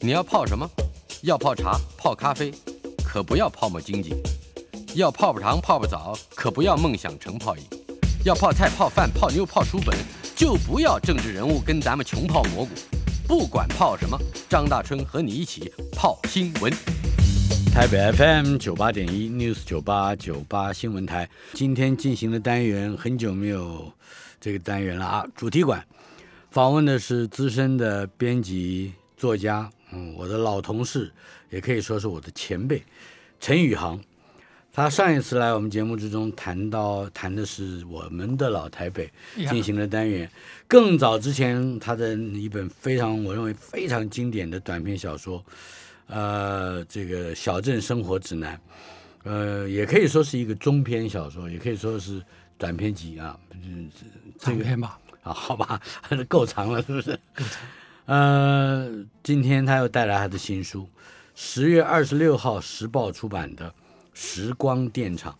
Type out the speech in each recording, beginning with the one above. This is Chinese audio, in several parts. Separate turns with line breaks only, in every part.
你要泡什么？要泡茶、泡咖啡，可不要泡沫经济；要泡泡糖、泡泡澡，可不要梦想成泡影；要泡菜、泡饭、泡妞、泡书本，就不要政治人物跟咱们穷泡蘑菇。不管泡什么，张大春和你一起泡新闻。
台北 FM 九八点一 News 九八九八新闻台，今天进行的单元很久没有这个单元了啊。主题馆访问的是资深的编辑作家，嗯，我的老同事，也可以说是我的前辈陈宇航。他上一次来我们节目之中谈到谈的是我们的老台北
哎呀
进行的单元，更早之前他的一本非常我认为非常经典的短篇小说，呃，这个《小镇生活指南》，呃，也可以说是一个中篇小说，也可以说是短篇集啊，嗯，这
长
个
篇吧，
啊，好吧，够长了，是不是？够长。呃，今天他又带来他的新书，十月二十六号《时报》出版的《时光电厂》，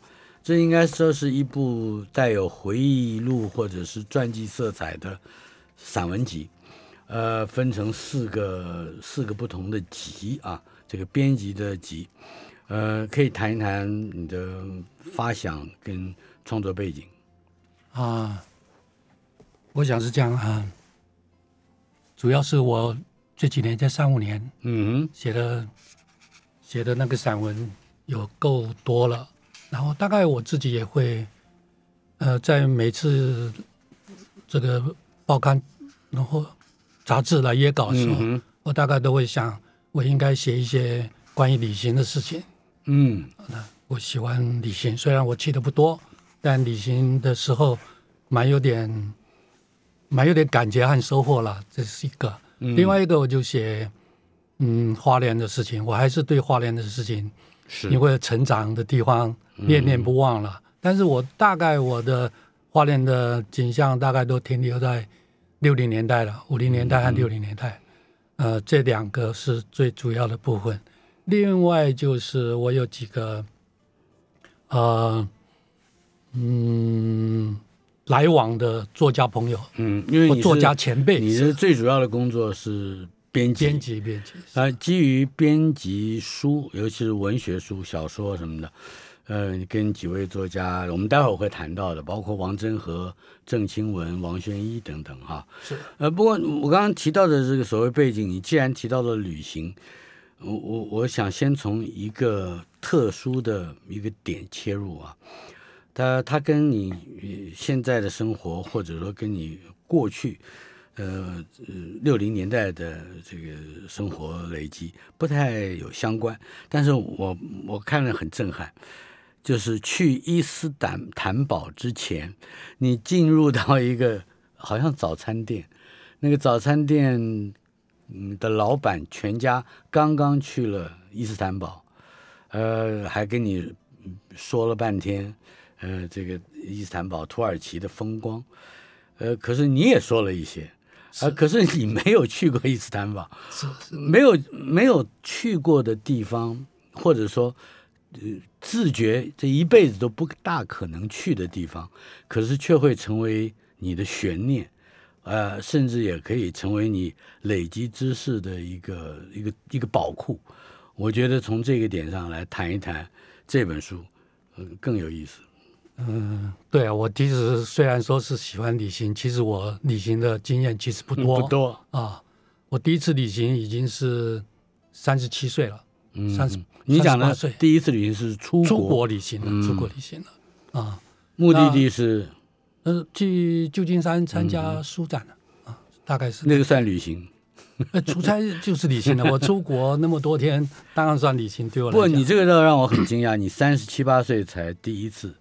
这应该说是一部带有回忆录或者是传记色彩的散文集。呃，分成四个四个不同的集啊，这个编辑的集，呃，可以谈一谈你的发想跟创作背景。
啊，我想是这样啊，主要是我这几年在三五年
嗯
写的写的那个散文有够多了，然后大概我自己也会，呃，在每次这个报刊然后杂志来约稿
哼，
的
嗯
时候，
哼，
我大概都会想，我应该写一些关于旅行的事情。
嗯。
我喜欢旅行，虽然我去的不多，但旅行的时候蛮有点蛮有点感觉和收获了，这是一个。另外一个我就写，嗯，花莲的事情，我还是对花莲的事情，
是
因为成长的地方念念不忘了。但是我大概我的花莲的景象大概都停留在六零年代了，五零年代和六零年代，呃，这两个是最主要的部分。另外就是我有几个，呃，嗯，来往的作家朋友
嗯，因为
或
你
作
是
家前辈，
你的最主要的工作是编辑，
编辑编辑，
呃，基于编辑书，尤其是文学书、小说什么的，呃，你跟几位作家，我们待会儿会谈到的，包括王真和、郑清文、王宣一等等哈。
是。
呃，不过我刚刚提到的这个所谓背景，你既然提到了旅行，我我我想先从一个特殊的一个点切入啊，它它跟你呃现在的生活，或者说跟你过去，呃，六零年代的这个生活累积不太有相关，但是我我看了很震撼，就是去伊斯坦坦堡之前，你进入到一个好像早餐店，那个早餐店嗯的老板全家刚刚去了伊斯坦堡，呃，还跟你嗯说了半天，呃，这个伊斯坦堡土耳其的风光，呃，可是你也说了一些。啊，可是你没有去过伊斯坦堡，
是是
没有没有去过的地方，或者说，呃，自觉这一辈子都不大可能去的地方，可是却会成为你的悬念，呃，甚至也可以成为你累积知识的一个一个一个宝库。我觉得从这个点上来谈一谈这本书，呃，更有意思。
对啊我其实虽然说是喜欢旅行，其实我旅行的经验其实不多，
嗯不多，
啊。我第一次旅行已经是三十七岁了，三十、
嗯你讲的
38岁
第一次旅行是出国，嗯
出国旅行了，出国旅行了啊。
目的地是
呃，去旧金山参加
嗯
书展了、啊，大概是
那个算旅行。
呃，出差就是 旅行了。我出国那么多天，当然算旅行对我来
不，
讲。
你这个倒让我很惊讶，你三十七八岁才第一次，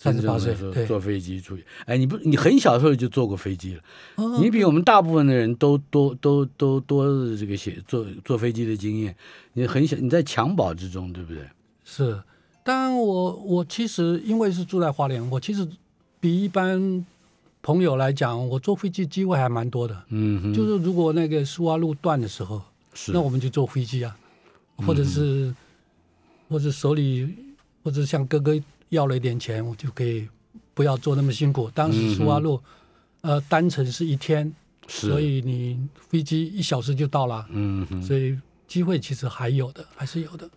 38岁对
坐飞机出去。哎，你不，你很小时候就坐过飞机了，
哦
你比我们大部分的人都多都都多的这个写坐坐飞机的经验。你很小，你在襁褓之中，对不对？
是，当然我我其实因为是住在花莲，我其实比一般朋友来讲，我坐飞机机会还蛮多的。
嗯哼，
就是如果那个苏花路断的时候，
是嗯
那我们就坐飞机啊，或者是、或者手里或者向哥哥要了一点钱，我就可以不要做那么辛苦。
嗯
当时苏花路、呃单程是一天，
是，
所以你飞机一小时就到了，
嗯哼，
所以机会其实还有的，还是有的。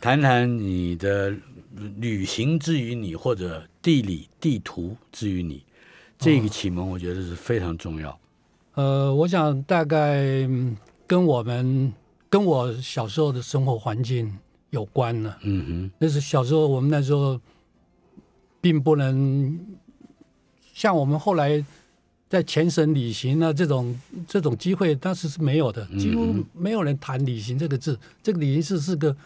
谈谈你的旅行之于你，或者地理地图之于你，这
哦
个启蒙我觉得是非常重要。
呃，我想大概、嗯跟我们跟我小时候的生活环境有关呢。
嗯
那是小时候我们那时候并不能像我们后来在全省旅行啊这种这种机会，当时是没有的，几乎
嗯
没有人谈旅行这个字。这个旅行是是个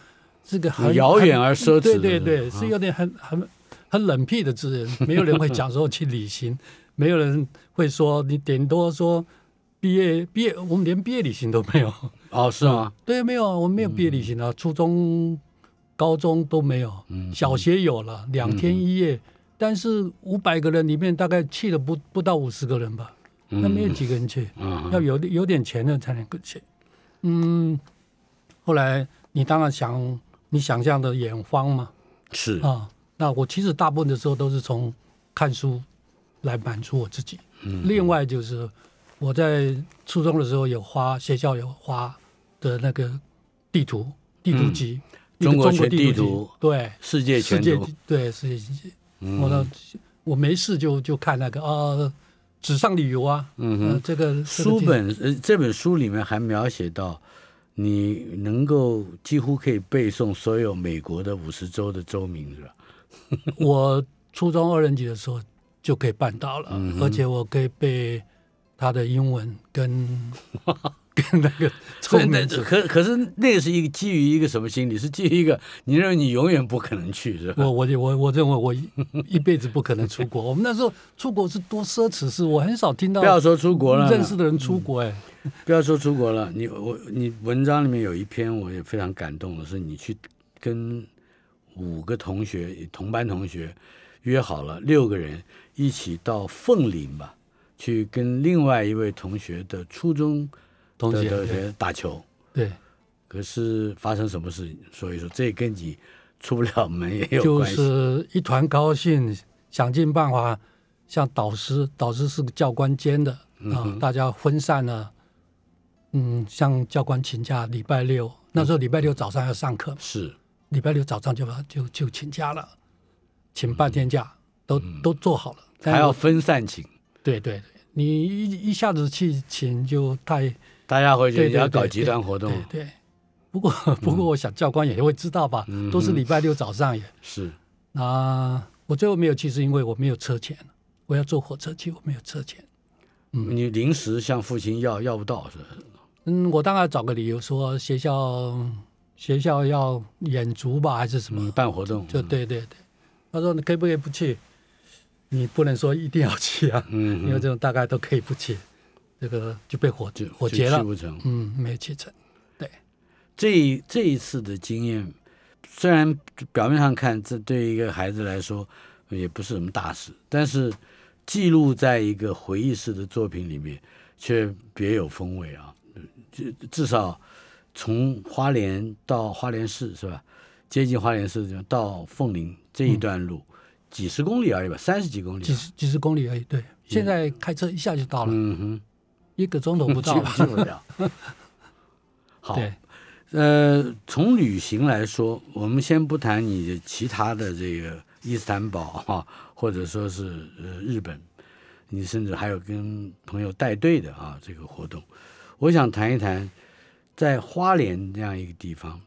是个很
遥远而
很
奢侈的啊
对对对，是有点很很很冷僻的字，没有人会讲说去旅行，没有人会说你顶多说毕业毕业，我们连毕业旅行都没有。
哼，哦，
嗯
是吗？
对，没有，我们没有毕业旅行啊，初中、高中都没有，小学有了两天一夜，但是五百个人里面大概去了不不到五十个人吧，那没有几个人去，
嗯
要有有点钱的才能够去。嗯，后来你当然想你想象的远方嘛，
是，
啊，那我其实大部分的时候都是从看书来满足我自己。嗯，另外就是我在初中的时候有画学校有画的那个地图地图集，一
嗯
个
中国
中国
全地
地
图
集对
世界
世
全
界
图，嗯
对世界经济，我呢我没事就就看那个啊，纸上旅游啊，嗯、这个这个
书
地
本呃这本书里面还描写到，你能够几乎可以背诵所有美国的五十州的州名 是吧？
我初中二年级的时候就可以办到了，
嗯
而且我可以背他的英文跟 跟那个臭
对
名
但
字。
可可是那是一个基于一个什么心理？是基于一个你认为你永远不可能去是吧？
我我我我认为我一一辈子不可能出国。我们那时候出国是多奢侈事，我很少听到
不要说出国了，
认识的人出国哎、
不要说出国了，你我你文章里面有一篇我也非常感动的是，你去跟五个同学同班同学约好了六个人一起到凤林吧，去跟另外一位同学的初中
同
的
学
同
对
学打球。
对，
可是发生什么事？所以说这跟你出不了门也有
就
关系。
是一团高兴，想尽办法像导师，导师是个教官兼的
嗯
啊、大家分散了。嗯，向教官请假，礼拜六那时候礼拜六早上要上课嘛，
是
礼拜六早上就把就就请假了，请半天假，都都做好了，
嗯
但
还要
我
分散请，
对对对，你一一下子去请就太
大家会觉得
对
你
对
要搞
对
集团活动
对，对。不过 不
嗯
过，我想教官也会知道吧，都是礼拜六早上也
是
啊，我最后没有去是因为我没有车钱，我要坐火车去，我没有车钱。
你临时向父亲要要不到是吧？
嗯，我当然找个理由说学校学校要演足吧，还是什么？
嗯，办活动
就对对对，他说你可以不可以不去？你不能说一定要去啊，
嗯
因为这种大概都可以不去，这个就被火
就
火
就
劫了
去。不成。
嗯，没有去成。
这一这一次的经验，虽然表面上看这对一个孩子来说也不是什么大事，但是记录在一个回忆式的作品里面，却别有风味啊。至至少从花莲到花莲市是吧？接近花莲市的地方到凤林这一段路，几十公里而已吧，三十几公里啊
几。十几十公里而已。对，现在开车一下就到了，
嗯
一个钟头不
哼，
到
去
吧。
去不了。好，
对，
呃，从旅行来说，我们先不谈你的其他的这个伊斯坦堡哈、或者说是呃日本，你甚至还有跟朋友带队的啊这个活动，我想谈一谈在花莲这样一个地方，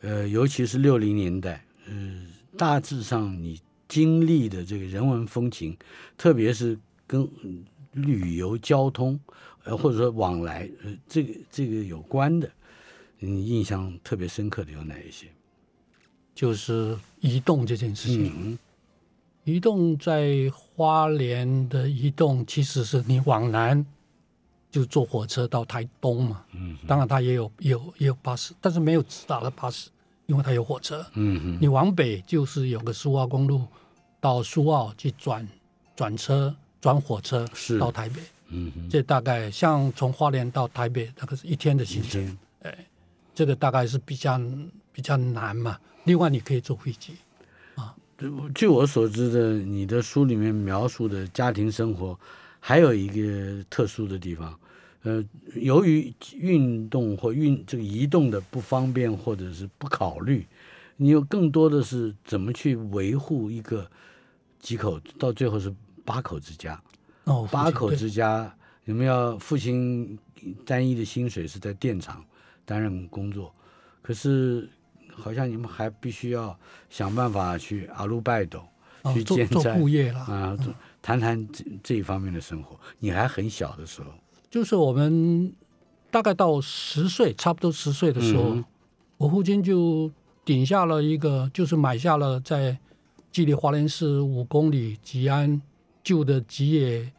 呃，尤其是六零年代，呃，大致上你经历的这个人文风情，特别是跟嗯旅游交通，呃，或者说往来，呃，这个这个有关的。你印象特别深刻的有哪一些？
就是移动这件事情。
嗯
移动在花莲的移动，其实是你往南就坐火车到台东嘛。嗯，当然它也有也有也有巴士，但是没有直达的巴士，因为它有火车。
嗯哼，
你往北就是有个苏澳公路，到苏澳去转转车转火车
是
到台北。
嗯哼，
这大概像从花莲到台北，那个是一天的
嗯
行程，
天，
这个大概是比较比较难嘛。另外，你可以坐飞机，
据我所知的，你的书里面描述的家庭生活，还有一个特殊的地方，呃，由于运动或运这个移动的不方便或者是不考虑，你有更多的是怎么去维护一个几口，到最后是八口之家。
哦，父亲
八口
对
之家，你们要父亲单一的薪水是在电厂担任工作，可是好像你们还必须要想办法去阿鲁拜斗，
哦
去
做
建
做
在
副业啦，
啊、这谈谈这这一方面的生活。你还很小的时候，
就是我们大概到十岁，差不多十岁的时候，
嗯
我父亲就顶下了一个，就是买下了在距离华联市五公里吉安旧的吉野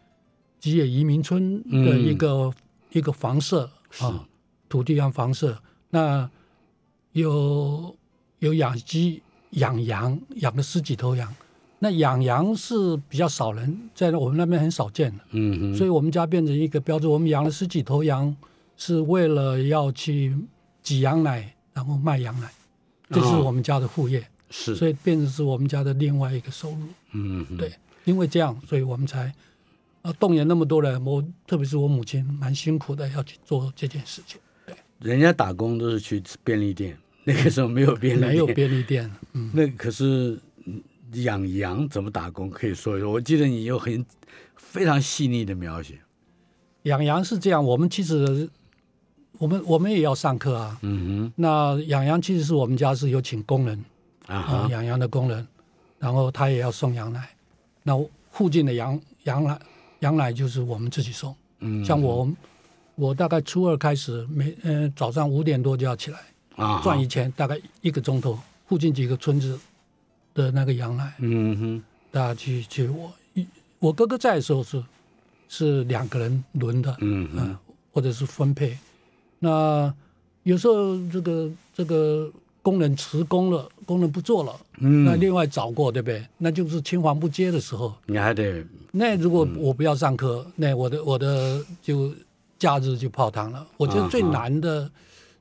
吉野移民村的
嗯
一个、一个房舍啊，土地和房舍。那有有养鸡、养羊，养了十几头羊。那养羊是比较少人，在我们那边很少见的。
嗯哼，
所以我们家变成一个标志。我们养了十几头羊，是为了要去挤羊奶，然后卖羊奶，这是
哦
我们家的副业，所
是，
以变成是我们家的另外一个收入。
嗯哼，
对，因为这样，所以我们才啊动员那么多人。我特别是我母亲蛮辛苦的，要去做这件事情。
人家打工都是去便利店，那个时候没有便利店，
没有便利店，嗯，
那可是嗯养羊怎么打工？可以说一说。我记得你有很非常细腻的描写。
养羊是这样。我们其实我们我们也要上课啊。
嗯
那养羊其实是我们家是有请工人。
哼，啊
啊、
哈，
养羊的工人，然后他也要送羊奶，那附近的羊羊奶羊奶就是我们自己送，
嗯，
像我我大概初二开始每呃早上五点多就要起来，
啊
赚以，前大概一个钟头，附近几个村子的那个羊奶，
嗯哼，
大家去去我一我哥哥在的时候是是两个人轮的，
嗯哼，
嗯，或者是分配。那有时候这个这个工人辞工了，工人不做了，
嗯
那另外找过，对不对？那就是青黄不接的时候。
你还得
那如果我不要上课，那我的我的就假日就泡汤了。我觉得最难的、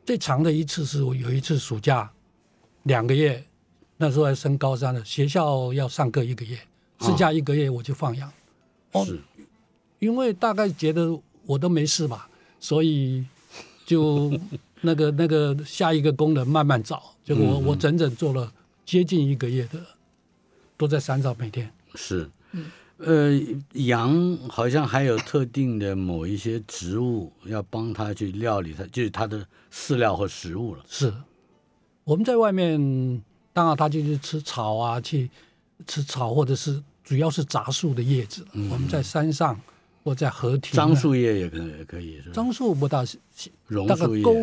最长的一次是我有一次暑假两个月，那时候还升高三了，学校要上课一个月，剩下一个月我就放羊。哦
是
因为大概觉得我都没事吧，所以就那个 那个下一个工人慢慢找，结果我我整整做了接近一个月的，都在山上每天。
是，
嗯
呃，羊好像还有特定的某一些植物要帮它去料理它，就是它的饲料和食物了。
是，我们在外面，当然他就去吃草啊，去吃草，或者是主要是杂树的叶子。我们在山上或在河堤
嗯
那，
樟树叶也可以也可以是吧？
啊樟树不大是
榕
大概
树叶，
构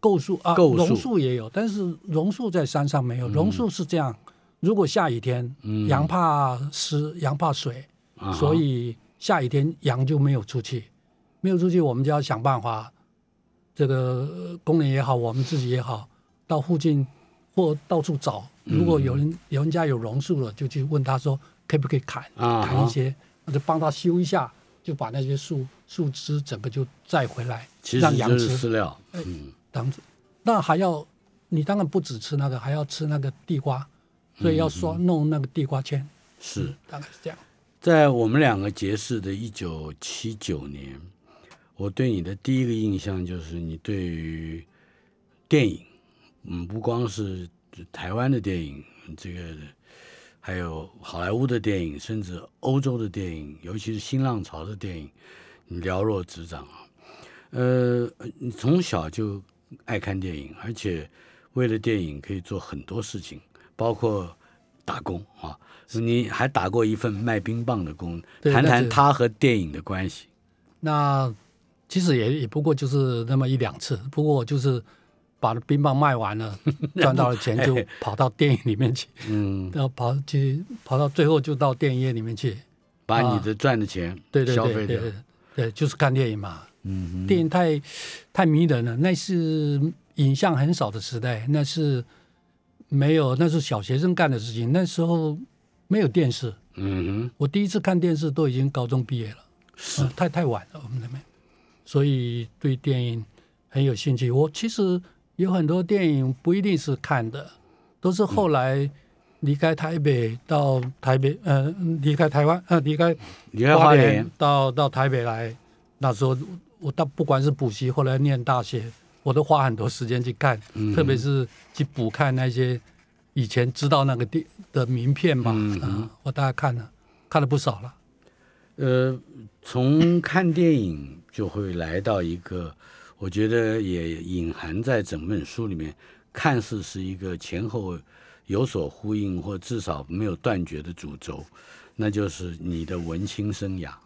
构树啊，
构树嗯
榕树也有，但是榕树在山上没有。榕树是这样，如果下雨天，羊怕湿，羊怕水，
啊哈
所以下雨天羊就没有出去，没有出去，我们就要想办法，这个呃工人也好，我们自己也好，到附近或到处找。
嗯
如果有人、有人家有榕树了，就去问他说可不可以砍，
啊哈
砍一些，或者帮他修一下，就把那些树树枝整个就载回来，
其
让
实
羊
就是
吃。
饲料。
当子，那还要你当然不只吃那个，还要吃那个地瓜，所以
嗯
要刷弄那个地瓜签，
是，
大概是这样。
在我们两个结识的一九七九年，我对你的第一个印象就是你对于电影，嗯，不光是台湾的电影，这个还有好莱坞的电影，甚至欧洲的电影，尤其是新浪潮的电影，你了若指掌啊。呃，你从小就爱看电影，而且为了电影可以做很多事情，包括打工啊。你还打过一份卖冰棒的工，
对
谈
那
谈
是
它和电影的关系。
那其实也也不过就是那么一两次，不过我就是把冰棒卖 完了，赚到了钱就跑到电影里面去，
嗯，
然后跑去跑到最后就到电影院里面去，
把你的赚的钱
啊对对
消
对
费
对
掉。
对，对就是看电影嘛。
嗯哼，
电影太太迷人了，那是影像很少的时代，那是没有，那是小学生干的事情。那时候没有电视，
嗯
我第一次看电视都已经高中毕业了，是、太太晚了我们那边，所以对电影很有兴趣。我其实有很多电影不一定是看的，都是后来离开台北到台北，呃，离开台湾，呃，离开
哼，你看花
莲
莲，
到到台北来，那时候我到不管是补习，后来念大学，我都花很多时间去看，特别是去补看那些以前知道那个地的名片吧。
嗯
嗯、我大概看了，看了不少了。
呃，从看电影就会来到一个，我觉得也隐含在整本书里面，看似是一个前后有所呼应，或至少没有断绝的主轴，那就是你的文青生涯啊。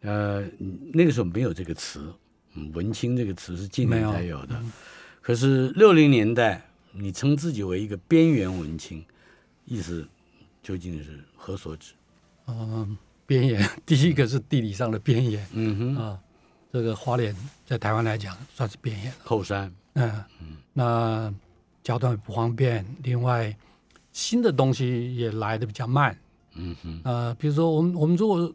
呃，那个时候没有这个词，嗯文青这个词是近年
没有
才有的。嗯可是六零年代，你称自己为一个边缘文青，意思究竟是何所指？
嗯，边缘， 第一个是地理上的边缘
嗯
啊、
哼，
这个花莲在台湾来讲算是边缘。
后山。
嗯，那交通也不方便，另外新的东西也来的比较慢。
嗯哼，
呃，比如说我们我们如果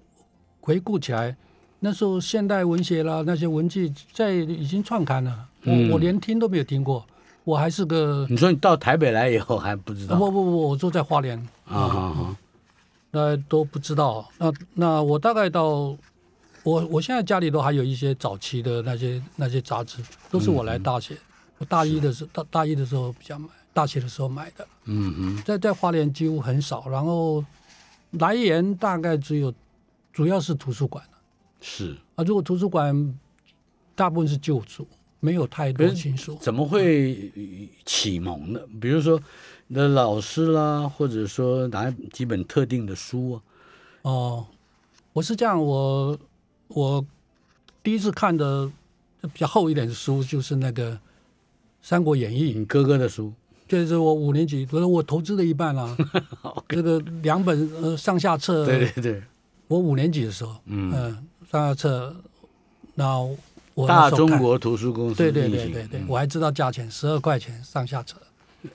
回顾起来，那时候现代文学啦那些文具在已经创刊了，我、
嗯
我连听都没有听过，我还是个、
你说你到台北来以后还不知道
啊、不不不，我住在花莲，
啊啊
那都不知道。那那我大概到我我现在家里都还有一些早期的那些那些杂志，都是我来大
嗯
学，我大一的时大大一的时候比较买，大学的时候买的，
嗯哼，
在在花莲几乎很少，然后来源大概只有主要是图书馆
是
啊，如果图书馆大部分是旧书，没有太多新书。
怎么会呃启蒙呢？比如说你的老师啦，或者说哪几本特定的书啊？
哦，我是这样，我我第一次看的比较厚一点的书就是那个《三国演义》，
你哥哥的书，
就是我五年级，我我投资了一 半啦、这个两本呃上下册，
对对对，
我五年级的时候，嗯、上下册，那我那
大
时候
中
看，
国图书嗯公司
对对
印
对
行
对对，我还知道价钱，十二块钱上下册。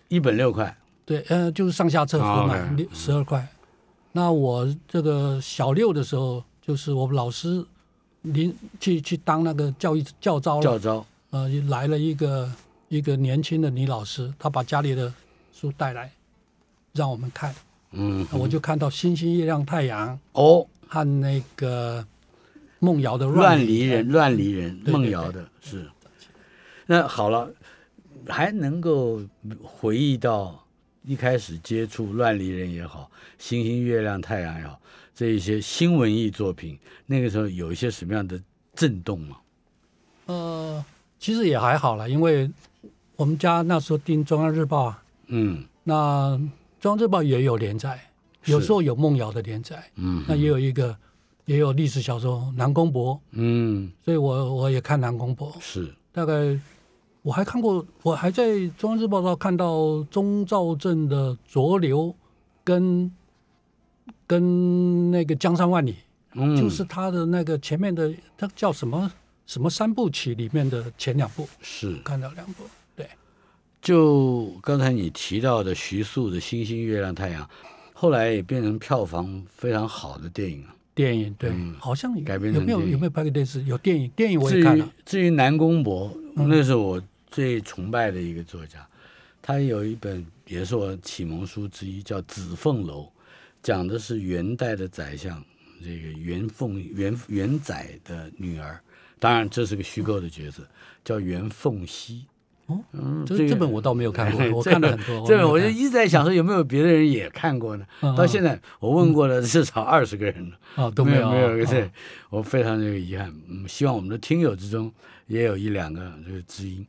一本六块，
对，呃，就是上下册分
哦
嘛
，OK，
六十二块。那我这个小六的时候，就是我们老师临去去当那个教育教招
教
了，
招
呃，来了一个一个年轻的女老师，她把家里的书带来让我们看，
嗯
那我就看到《星星月亮太阳
哦，》
和那个梦瑶的《
乱
乱
离
离
人，乱离人，
对对
梦瑶的是。那好了，还能够回忆到一开始接触乱离人也好，星星、月亮、太阳也好，这一些新文艺作品，那个时候有一些什么样的震动吗？
呃，其实也还好啦，因为我们家那时候订《中央日报》啊，
嗯
那《中央日报》也有连载，
是
有时候有梦瑶的连载，
嗯
那也有一个也有历史小说《南宫博》，
嗯，
所以我我也看《南宫博》，
是
大概我还看过，我还在《中央日报》上看到钟兆镇的《浊流》跟跟那个《江山万里》，
嗯
就是他的那个前面的，他叫什么什么三部曲里面的前两部，
是。
看到两部，对，
就刚才你提到的徐素的《星星、月亮、太阳》，后来也变成票房非常好的电影啊。
电影对，
嗯
好像有
改编
有
成
没有
电影
有没有拍个电视？有电影，电影我
至
也看
于
了。嗯
至于南宫博，那是我最崇拜的一个作家，他有一本也是我启蒙书之一，叫《紫凤楼》，讲的是元代的宰相这个元凤元元宰的女儿，当然这是个虚构的角色，叫元凤熙。
哦
嗯
这
这个
这本我倒没 有看过，我看了很多。
这本我
没
就
有看
一直在想说有没有别的人也看过呢？
嗯
到
嗯
现在我问过了至少二十个人了。
哦都
没
有
没有，
哦
对，我非常这个遗憾。嗯，希望我们的听友之中也有一两个这个知音。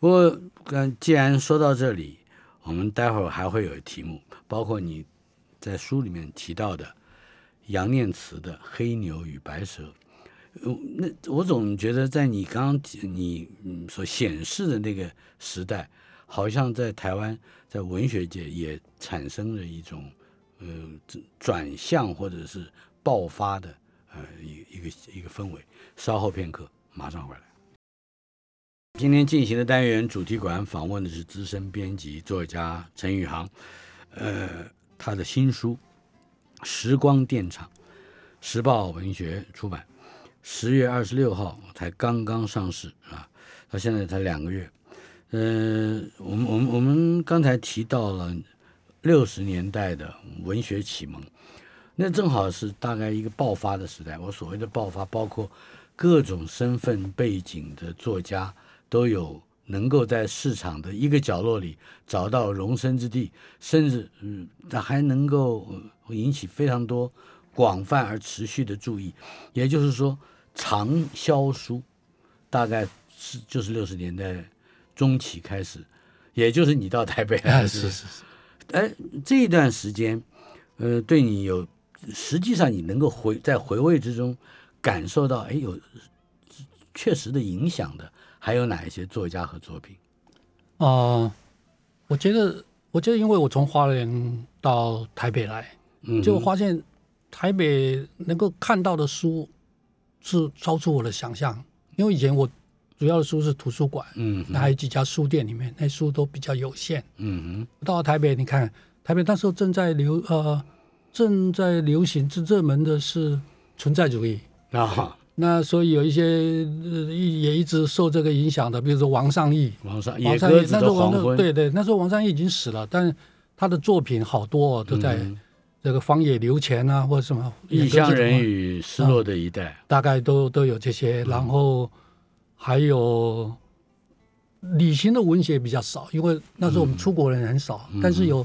不过，嗯，既然说到这里，我们待会儿还会有题目，包括你在书里面提到的杨念慈的《黑牛与白蛇》。呃那我总觉得，在你刚刚提你嗯所显示的那个时代，好像在台湾在文学界也产生了一种嗯转转向或者是爆发的呃一一个一个氛围。稍后片刻，马上回来。今天进行的单元主题馆访问的是资深编辑作家陈宇航，呃，他的新书《时光电厂》，时报文学出版，十月二十六号才刚刚上市啊，到现在才两个月。呃，我们我们我们刚才提到了六十年代的文学启蒙，那正好是大概一个爆发的时代。我所谓的爆发，包括各种身份背景的作家都有能够在市场的一个角落里找到容身之地，甚至嗯还能够呃引起非常多广泛而持续的注意。也就是说，畅销书大概是就是六十年代中期开始，也就是你到台北来
哎，
的
是是是，
哎，这一段时间，呃，对你有，实际上你能够回在回味之中感受到，哎，有确实的影响的，还有哪一些作家和作品？
哦，我觉得，我觉得，因为我从花莲到台北来，
嗯，
就发现台北能够看到的书是超出我的想象，因为以前我主要的书是图书馆，
嗯
那还有几家书店里面，那书都比较有限。
嗯
到了台北，你看台北那时候正在流呃正在流行最热门的是存在主义，
哼，啊，
那所以有一些、呃、也一直受这个影响的，比如说王尚义，
王上
王
野
善义
鸽子
那时候
的
王
黄
尚
昏，
对对，那时候王善义已经死了，但他的作品好多、哦、都在这个荒野流泉啊，或者什么
嗯异乡人，嗯
也都是
与失
啊
落的一代，
大概都都有这些。然后还有旅行的文学比较少，因为那时候我们
嗯
出国人很少，但是有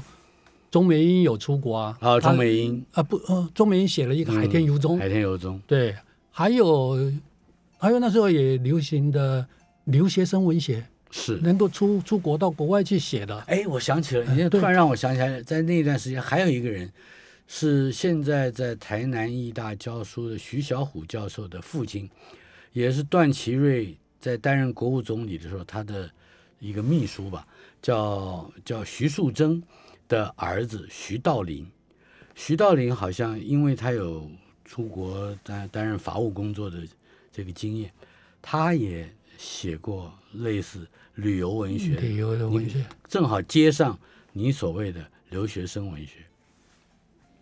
钟美英有出国啊，
啊，
他
钟嗯美英，
啊不呃，钟美英写了一个《海天游踪》
海天游踪，
对，还有还有那时候也流行的留学生文学。
是。
能够出出国到国外去写的，
哎，我想起了，你现在突然让我想起来，在那段时间还有一个人，是现在在台南艺大教书的徐小虎教授的父亲，也是段祺瑞在担任国务总理的时候他的一个秘书吧，叫叫徐树铮的儿子徐道林。徐道林好像因为他有出国担担任法务工作的这个经验，他也写过类似旅游文学的
旅游的文学。
正好接上你所谓的留学生文学。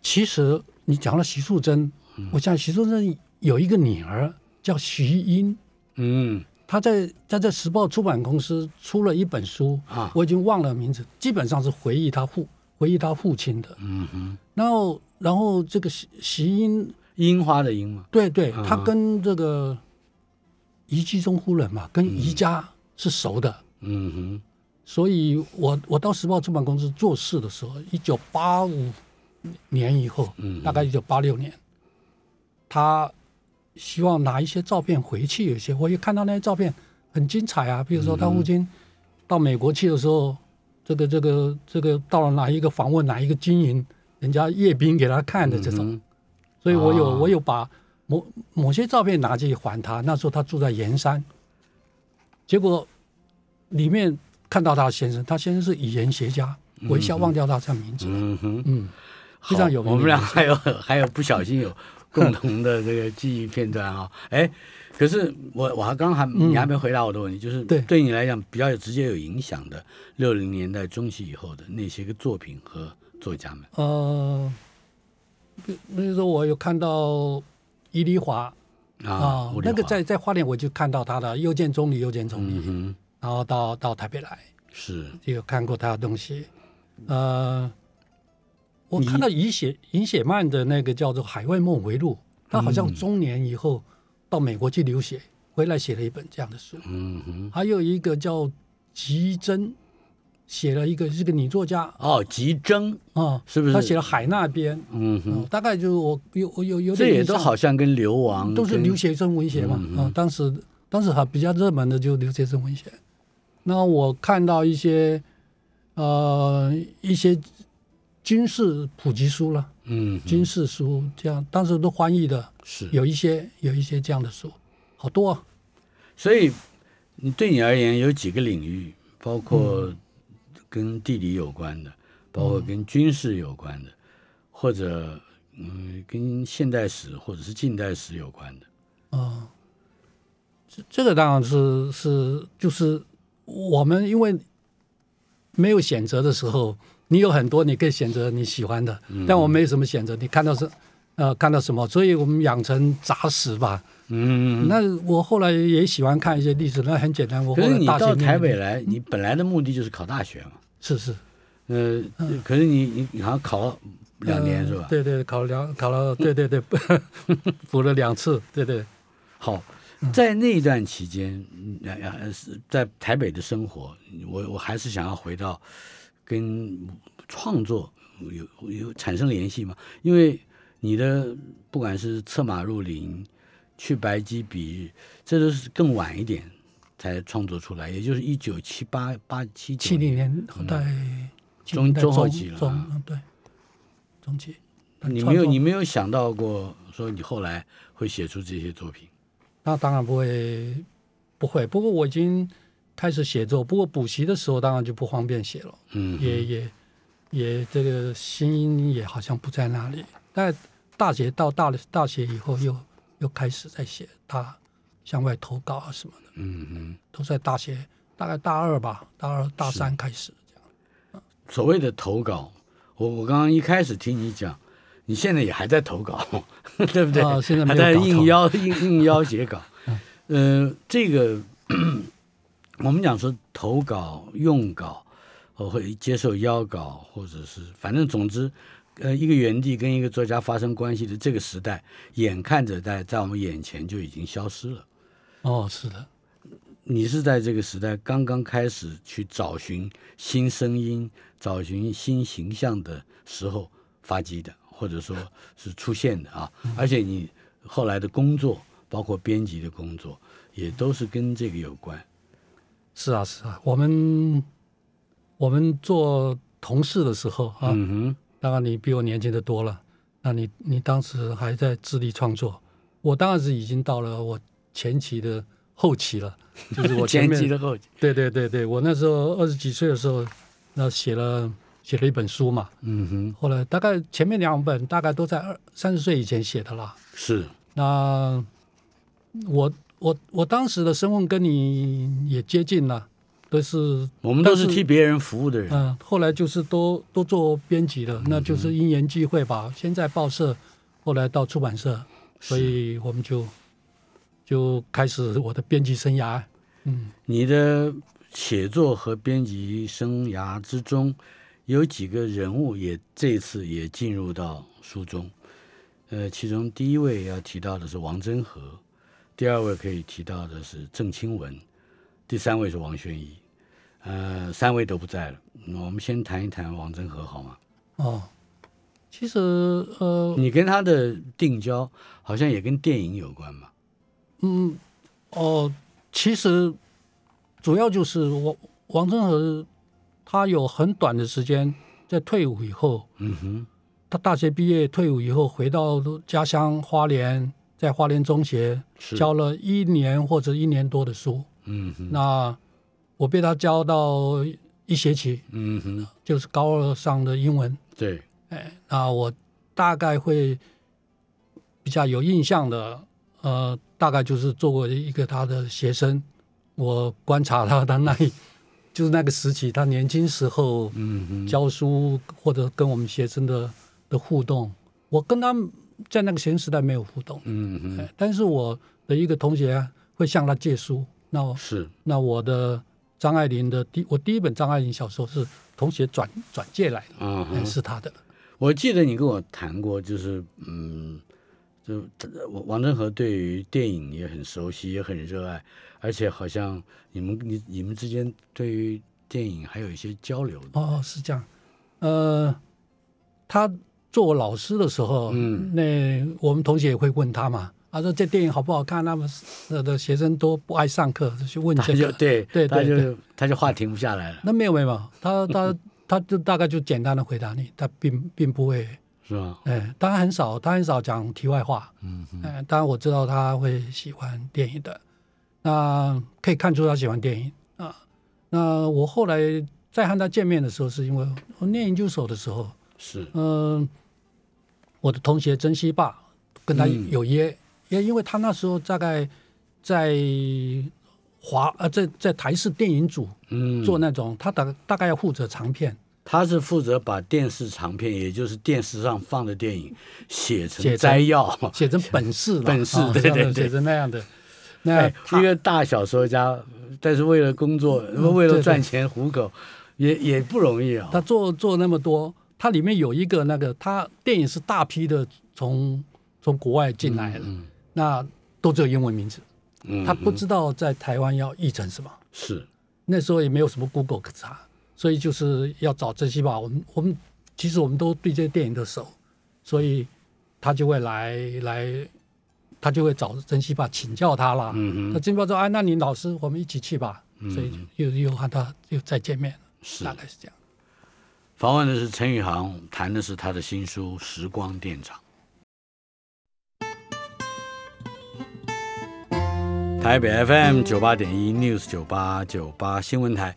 其实你讲到徐素贞，
嗯
我想徐素贞有一个女儿叫徐英，
嗯，
她在在这时报出版公司出了一本书
啊
我已经忘了名字，基本上是回忆她父回忆她父亲的。嗯哼，然后然后这个徐徐英，
樱花的樱嘛，
对对，
啊
她跟这个宜居中夫人嘛，跟宜家是熟的。
嗯
所以我我到时报出版公司做事的时候，一九八五年以后，
嗯
大概一九八六年，他希望拿一些照片回去，有些我一看到那些照片很精彩啊，比如
嗯
说他父亲到美国去的时候，这个这个这个到了哪一个访问哪一个军营，人家阅兵给他看的这种，所以我有、
啊
我有把某某些照片拿去还他。那时候他住在盐山，结果里面看到他先生，他先生是语言学家，我一下忘掉他这名字。
嗯哼，
嗯，
好
非常有名的
我们俩还有还有不小心有共同的这个记忆片段啊、 哎，可是我我还刚还你还没回答我的问题，就是
对
对你来讲比较有直接有影响的六零年代中期以后的那些个作品和作家们。
呃，比比如说我有看到伊犁华
啊，
啊
吴丽华
那个在在花莲我就看到他的《又见钟离又见钟离》
嗯哼，
然后到到台北来
是
就有看过他的东西。呃，我
你
看到尹雪尹雪曼的那个叫做《海外梦回录》，他好
嗯
像中年以后到美国去留学，回来写了一本这样的书。
嗯哼，
还有一个叫吉珍，写了一个是个女作家
哦，吉征
啊，
是不是
她写了《海那边》
嗯哼，
嗯大概就是我有我有有
这
点
也
印
都
象
好像跟流亡
都是
跟
留学生文学嘛，啊、当时当时还比较热门的就是留学生文学。那我看到一些呃一些军事普及书了，
嗯哼
军事书这样，当时都翻译的，
是
有一些有一些这样的书，好多、啊。
所以，你对你而言有几个领域，包括跟地理有关的，包括跟军事有关的，或者嗯，跟现代史或者是近代史有关的。
啊，这这个当然是是就是我们因为没有选择的时候，你有很多你可以选择你喜欢的，但我没什么选择，你看到是呃看到什么，所以我们养成杂食吧。
嗯，
那我后来也喜欢看一些历史，那很简单，我后
可是
来
你
大学嗯
到
念
台北来，你本来的目的就是考大学嘛。
是是
呃，
嗯
可是你你你好像考了两年
呃
是吧？
对对，考了两考了，对对对，补补了两次，对对。
好，
嗯
在那一段期间，嗯呃呃是在台北的生活，我我还是想要回到跟创作有有产生联系嘛，因为你的不管是策马入林、去白鸡比日，这都是更晚一点才创作出来，也就是一九七八八七
七零年代
嗯中
70年代
中后期了啊
中嗯对，中期。
你没有
创作
你没有想到过说你后来会写出这些作品，
那当然不会，不会。不过我已经开始写作，不过补习的时候当然就不方便写了，
嗯，
也也也这个心也好像不在那里。但大学到大大学以后又又开始在写大向外投稿啊什么的，
嗯嗯。
都在大学大概大二吧，大二大三开始这样。
所谓的投稿，我我刚刚一开始听你讲，你现在也还在投稿， 对不对？
啊现在没
还在
有搞头
应邀应应邀写稿。呃，这个 我们讲说投稿、用稿，我会接受邀稿，或者是反正总之，呃，一个园地跟一个作家发生关系的这个时代，眼看着在在我们眼前就已经消失了。
哦，是的，
你是在这个时代刚刚开始去找寻新声音、找寻新形象的时候发迹的，或者说是出现的啊。而且你后来的工作，包括编辑的工作，也都是跟这个有关。
是啊，是啊。我们我们做同事的时候啊，
嗯
当然你比我年轻的多了。那你你当时还在致力创作，我当然是已经到了我前期的后期了，就是我
哼，
前
前
面
期的后期，
对对对对，我那时候二十几岁的时候，那写了写了一本书嘛，
嗯哼，
后来大概前面两本大概都在二三十岁以前写的啦。
是，
那我我我当时的身份跟你也接近了，都是
我们都是
但是
替别人服务的人。
嗯，后来就是都都做编辑
嗯
了，那就是因缘际会吧。先在报社，后来到出版社，所以我们就就开始我的编辑生涯。嗯，
你的写作和编辑生涯之中，有几个人物也这次也进入到书中。呃，其中第一位要提到的是王贞和，第二位可以提到的是郑清文，第三位是王宣仪。呃，三位都不在了，嗯我们先谈一谈王贞和好吗？
哦，其实呃，
你跟他的定交好像也跟电影有关嘛？
嗯，哦，其实主要就是王王振和，他有很短的时间在退伍以后，
嗯哼，
他大学毕业退伍以后回到家乡花莲，在花莲中学
是
教了一年或者一年多的书。
嗯哼，
那我被他教到一学期，
嗯哼，
就是高二上的英文。
对，
哎，那我大概会比较有印象的，呃，大概就是作为一个他的学生，我观察他，他那一 就是那个时期，他年轻时候
嗯哼，
教书或者跟我们学生的的互动，我跟他在那个学生时代没有互动，
嗯哼，
哎，但是我的一个同学啊会向他借书，那我
是，
那我的张爱玲的第我第一本张爱玲小说是同学转转借来的，
嗯
哎
哼，
是他的。
我记得你跟我谈过，就是嗯，就王王振和对于电影也很熟悉，也很热爱，而且好像你们你你们之间对于电影还有一些交流的。
哦，是这样。呃，他做我老师的时候，
嗯，
那我们同学也会问他嘛，他说这电影好不好看？那么那的学生都不爱上课，就去问
他
这
就
个。
对
对
他
对
就他就话停不下来了，
那没有没有，他他他就大概就简单的回答你，他并并不会，
是吧？
哎，当然很少，他很少讲题外话。
嗯哼，
哎，当然我知道他会喜欢电影的，那可以看出他喜欢电影啊。那我后来再和他见面的时候，是因为我念研究所的时候，
是，
嗯，我的同学曾希霸跟他
嗯
有约，也、因为他那时候大概在华呃，在在台视电影组
嗯，
做那种，他大大概要负责长片
他是负责把电视长片，也就是电视上放的电影写
写
成
成
摘 要，
写成本事了，
本事
啊
对
这样
对
的
对
写成那样的。那
哎，
他嗯
一个大小说家，但是为了工作，为了
对对
赚钱糊口，也也不容易啊。
他做做那么多，它里面有一个那个，他电影是大批的从从国外进来的，那都只有英文名字，
嗯
他不知道在台湾要译成什么，
是
那时候也没有什么 Google 可查，所以就是要找这些吧。我们我们其实我们都对这些电影都熟，所以他就会来来，他就会找珍惜吧请教他啦。
嗯
那珍惜吧说啊，那你老师我们一起去吧，所以又又和他又再见面了，
是
大概是这样。
访问的是陈宇航，谈的是他的新书《时光电厂》。台北 FM 九八点一 News 九八九八新闻台，《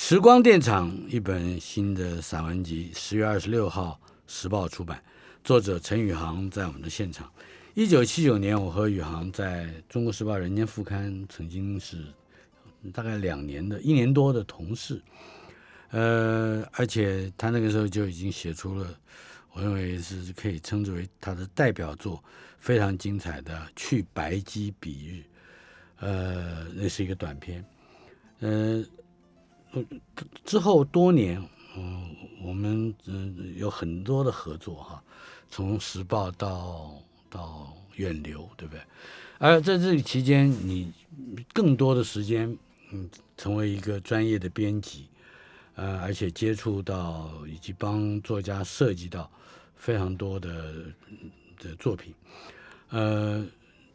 时光电厂》一本新的散文集，十月二十六号时报出版，作者陈宇航在我们的现场。一九七九年，我和宇航在《中国时报人间副刊》曾经是大概两年的一年多的同事。呃，而且他那个时候就已经写出了，我认为是可以称之为他的代表作，非常精彩的《去白鸡比喻》，呃，那是一个短片，呃，呃之后多年，嗯、我们嗯、有很多的合作哈，从时报到到远流，对不对？而在这期间，你更多的时间，嗯，成为一个专业的编辑，呃，而且接触到以及帮作家设计到非常多的嗯的作品，呃，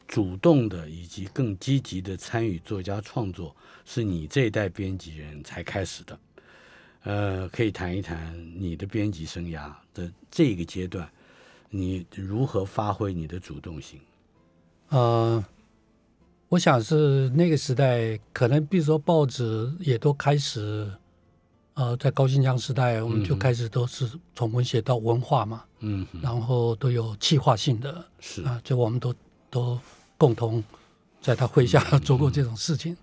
主动的以及更积极的参与作家创作，是你这一代编辑人才开始的。呃，可以谈一谈你的编辑生涯的这个阶段，你如何发挥你的主动性？
呃，我想是那个时代，可能比如说报纸也都开始，呃，在高新疆时代，我们就开始都是从文学到文化嘛，
嗯哼，
然后都有计划性的
是
啊，就我们都都共同在他麾下做过这种事情。
嗯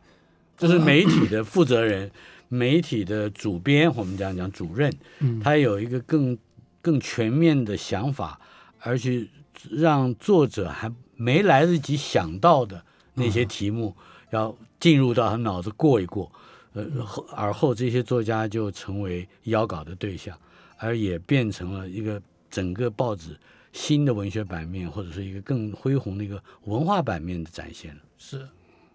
就是媒体的负责人、 媒体的主编，我们这样讲主任，
嗯
他有一个更更全面的想法，而且让作者还没来得及想到的那些题目，要进入到他脑子过一过，呃，后而后这些作家就成为邀稿的对象，而也变成了一个整个报纸新的文学版面，或者是一个更恢宏的一个文化版面的展现了。
是，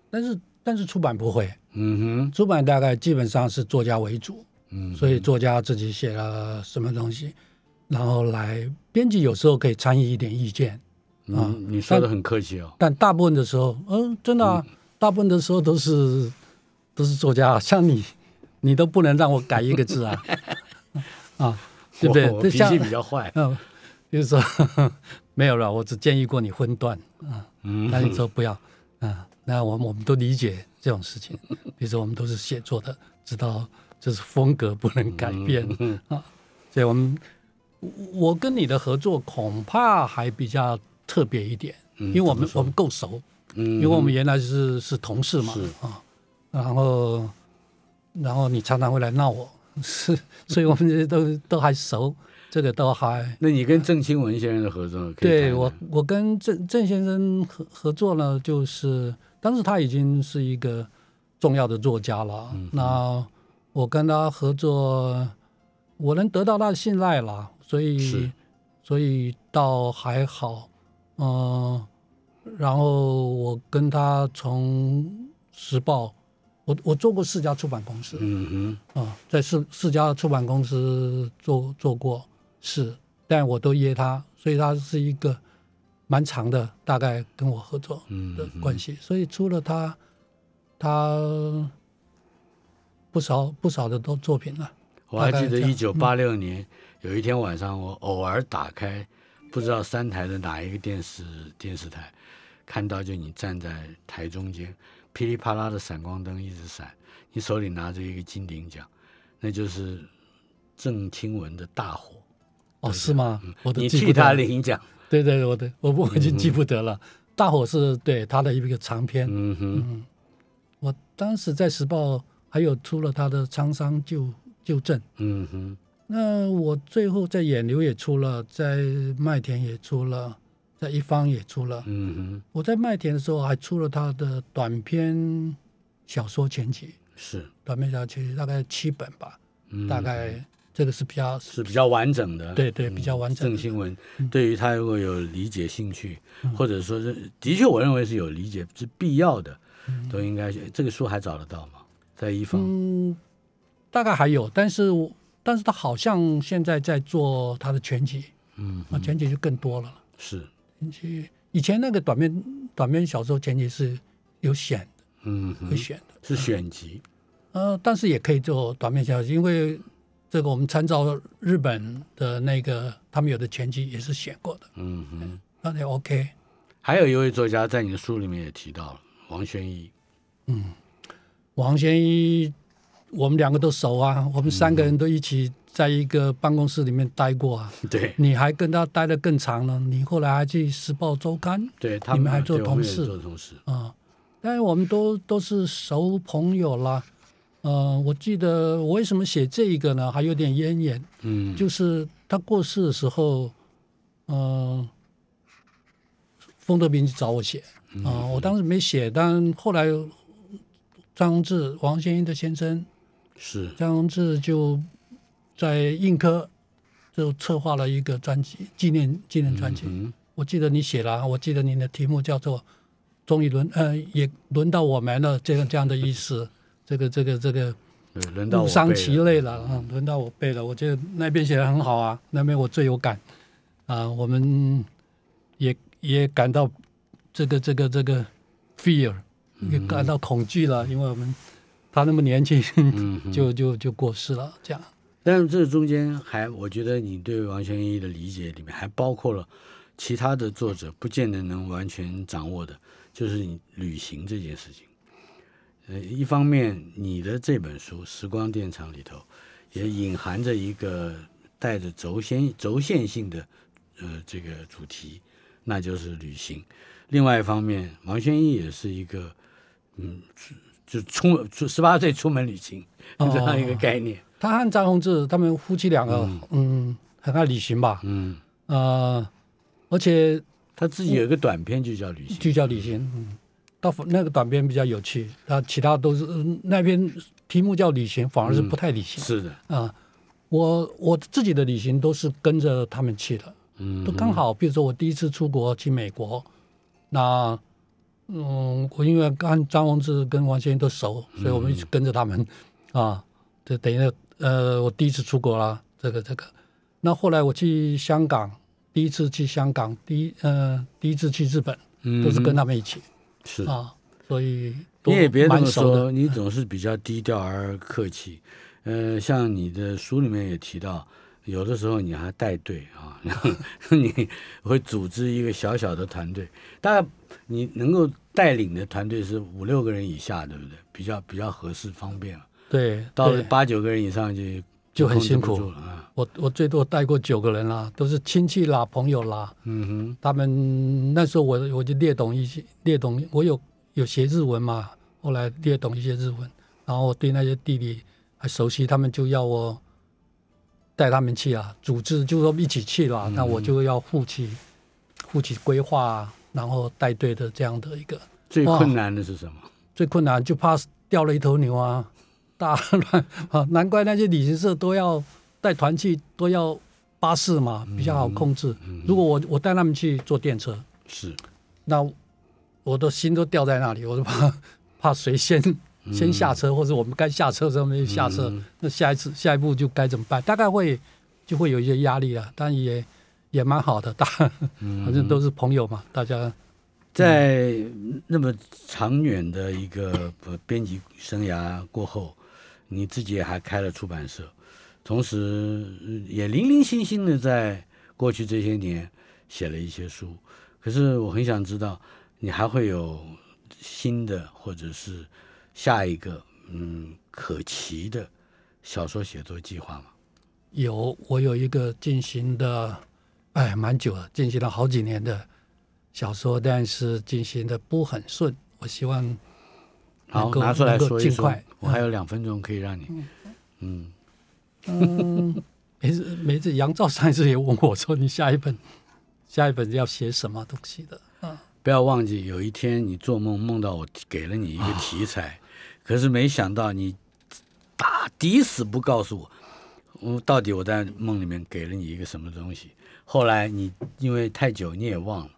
但是但是出版不会，
嗯
出版大概基本上是作家为主，
哼，嗯，
所以作家自己写了什么东西，然后来编辑有时候可以参与一点意见，啊
嗯，你说的很客气哦。
但大部分的时候，嗯，真的啊，大部分的时候都是都是作家啊，像你，你都不能让我改一个 字啊，啊， 对不对？
我我
这
脾
像
气比较 坏。
嗯，就是说 没有了，我只建议过你荤段啊，
嗯
那你说不要啊，那我们我们都理解这种事情，比如说我们都是写作的，知道就是风格不能改变、
嗯
啊，所以我们我我跟你的合作恐怕还比较特别一点，因为我们我们够熟，
嗯
因为我们原来是是同事嘛
是
啊，然后然后你常常会来闹我， 是，所以我们这些都都还熟，这个都还。
那你跟郑清文先生的合作可以谈
对
谈
我，我跟郑郑先生合合作呢，就是当时他已经是一个重要的作家了。
嗯
那我跟他合作，我能得到他的信赖了，所
是
以所以倒还好。嗯、然后我跟他从时报，我我做过四家出版公司，
嗯
啊，在四四家出版公司做做过事，但我都约他，所以他是一个蛮长的，大概跟我合作
嗯
的关系。所以除了他，他不少不少的都作品了、
哼，我还记得
大概
一
这嗯
九八六年有一天晚上，我偶尔打开不知道三台的哪一个电视电视台，看到就你站在台中间，噼里啪啦的闪光灯一直闪，你手里拿着一个金鼎奖，那就是郑清文的大火，
哦，是吗？我都
嗯你
记
替
不得
他嗯
了
领奖。
对对，我的我不我已经记不得了。大伙是对他的一个长篇，
嗯哼，
我当时在时报还有出了他的《沧桑旧旧症》。
嗯哼，
那我最后在眼流也出了，在麦田也出了，在一方也出了。
嗯哼，
我在麦田的时候还出了他的短篇小说全集，
是，
短篇小说全集大概七本吧，
嗯
大概这个是比较
是啊比较完整的。
对对比较完整的嗯
郑新文对于他如果有理解兴趣，或者说是的确，我认为是有理解是必要的。都应该这个书还找得到吗？在一方，
嗯，大概还有，但是我但是他好像现在在做他的全集，
嗯，
那全集就更多了。
是，
全集以前那个短篇短篇小说全集是有选的，
嗯
会
哼，
选的，
是选集，
呃，但是也可以做短篇小说，因为这个我们参照日本的那个，他们有的全集也是选过的，
嗯哼。
那也 OK。
还有一位作家在你的书里面也提到了王轩一，
王先一，我们两个都熟啊，我们三个人都一起在一个办公室里面待过啊。
对
你还跟他待得更长了，你后来还去《时报周刊》
对，他
你们还做
对我们
同
也
事
做同事，
啊、但是我们都都是熟朋友啦。呃，我记得我为什么写这一个呢？还有点渊源，
嗯，
就是他过世的时候，嗯、封德明找我写
嗯
啊、我当时没写，但后来张宏志、王先英的先生
是，
张宏志就在映科就策划了一个专辑纪念纪念专辑。
嗯
我记得你写了啊，我记得你的题目叫做“终于轮呃也轮到我们了”这样这样的意思。这个这个这个
对，轮到
误
我
伤
背
其
了
类了，嗯，轮到我背了。我觉得那边写的很好啊，那边我最有感啊、我们也也感到这个这个这个 fear，也感到恐惧了，因为我们他那么年轻，
嗯哼，
就就就过世了，这样。
但是这中间还，我觉得你对王全一的理解里面还包括了其他的作者不见得能完全掌握的，就是你旅行这件事情。呃，一方面，你的这本书《时光电厂》里头也隐含着一个带着轴线轴线性的呃这个主题，那就是旅行。另外一方面，王轩一也是一个嗯，就就出出十八岁出门旅行
哦
这样一个概念。
他和张宏志他们夫妻两个，嗯很爱旅行吧，
嗯。
呃，而且
他自
嗯
己有一个短片就叫《旅行》，
聚焦旅行，嗯，到那个短片比较有趣，那其他都是、嗯那篇题目叫旅行，反
嗯
而是不太旅行
是的，
啊、我我自己的旅行都是跟着他们去的，
嗯
都刚好，比如说我第一次出国去美国，那嗯，我因为跟张宏志跟王先生都熟，所以我
嗯
们一直跟着他们、啊，就等于呃，我第一次出国啦，这个这个。那后来我去香港，第一次去香港，第一呃第一次去日本，
嗯
都是跟他们一起、
是。
啊，所以都
你也别这
蛮
么
熟的
说，你总是比较低调而客气。呃，像你的书里面也提到，有的时候你还带队啊，然 后你会组织一个小小的团队，大概你能够带领的团队是五六个人以下，对不对？比较比较合适方便了。
对，
到
对
了八九个人以上就
就很
控制
辛
不
苦
住了啊。
我我最多带过九个人啦，都是亲戚啦、朋友啦。
嗯
他们那时候我我就略懂一些，略懂我有有学日文嘛，后来略懂一些日文，然后我对那些地理还熟悉，他们就要我带他们去啊，组织就说一起去啦，那我就要负起负起规划啊，然后带队的这样的一个
哼，最
哇
困难的是什么？
最困难就怕掉了一头牛啊，大乱 啊！难怪那些旅行社都要带团去，都要巴士嘛，比较好控制。如果我我带他们去坐电车，
是
那我的心都掉在那里，我都怕怕谁先先下车，或者我们该下车的时候没有下车，那下一次下一步就该怎么办？大概会就会有一些压力啊，但也也蛮好的，大反正都是朋友嘛，大家
在那么长远的一个呃编辑生涯过后，你自己也还开了出版社，同时呃也零零星星的在过去这些年写了一些书。可是我很想知道，你还会有新的或者是下一个嗯可期的小说写作计划吗？
有我有一个进行的，哎，蛮久了，进行了好几年的小说，但是进行的不很顺。我希望
好
能，够
拿出来
能够
说一
尽
说
快。
我还有两分钟可以让你，嗯，
每次每次杨照上一次也问我说：“你下一本 下一本要写什么东西的
不要忘记，有一天你做梦梦到我给了你一个题材，可是没想到你打抵死不告诉我，我到底我在梦里面给了你一个什么东西。后来你因为太久你也忘了，？”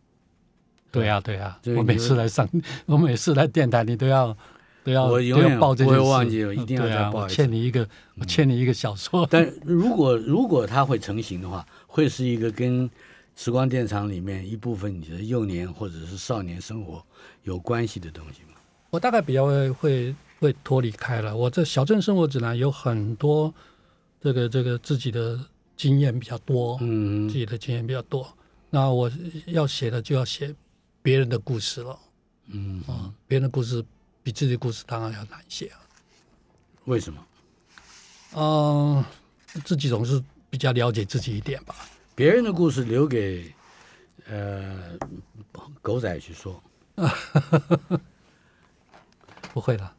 对啊，对啊
这，个
我
你
每
就
次来上， 我每次来电台，你都要都要
我永
都要
远
报这
不
件
会
事，
忘记我一定要
对
再
啊，
报
我
一次
欠你一个，我欠你一个小说。
但如果如果它会成型的话，会是一个跟时光电厂里面一部分你的幼年或者是少年生活有关系的东西吗？
我大概比较会会会脱离开了。我这小镇生活指南有很多这个这个自己的经验比较多，
嗯
自己的经验比较多。那我要写的就要写别人的故事了，
嗯，
啊，别人的故事比自己的故事当然要难写啊。
为什么？
嗯，自己总是比较了解自己一点吧。
别人的故事留给呃狗仔去说，
不会了，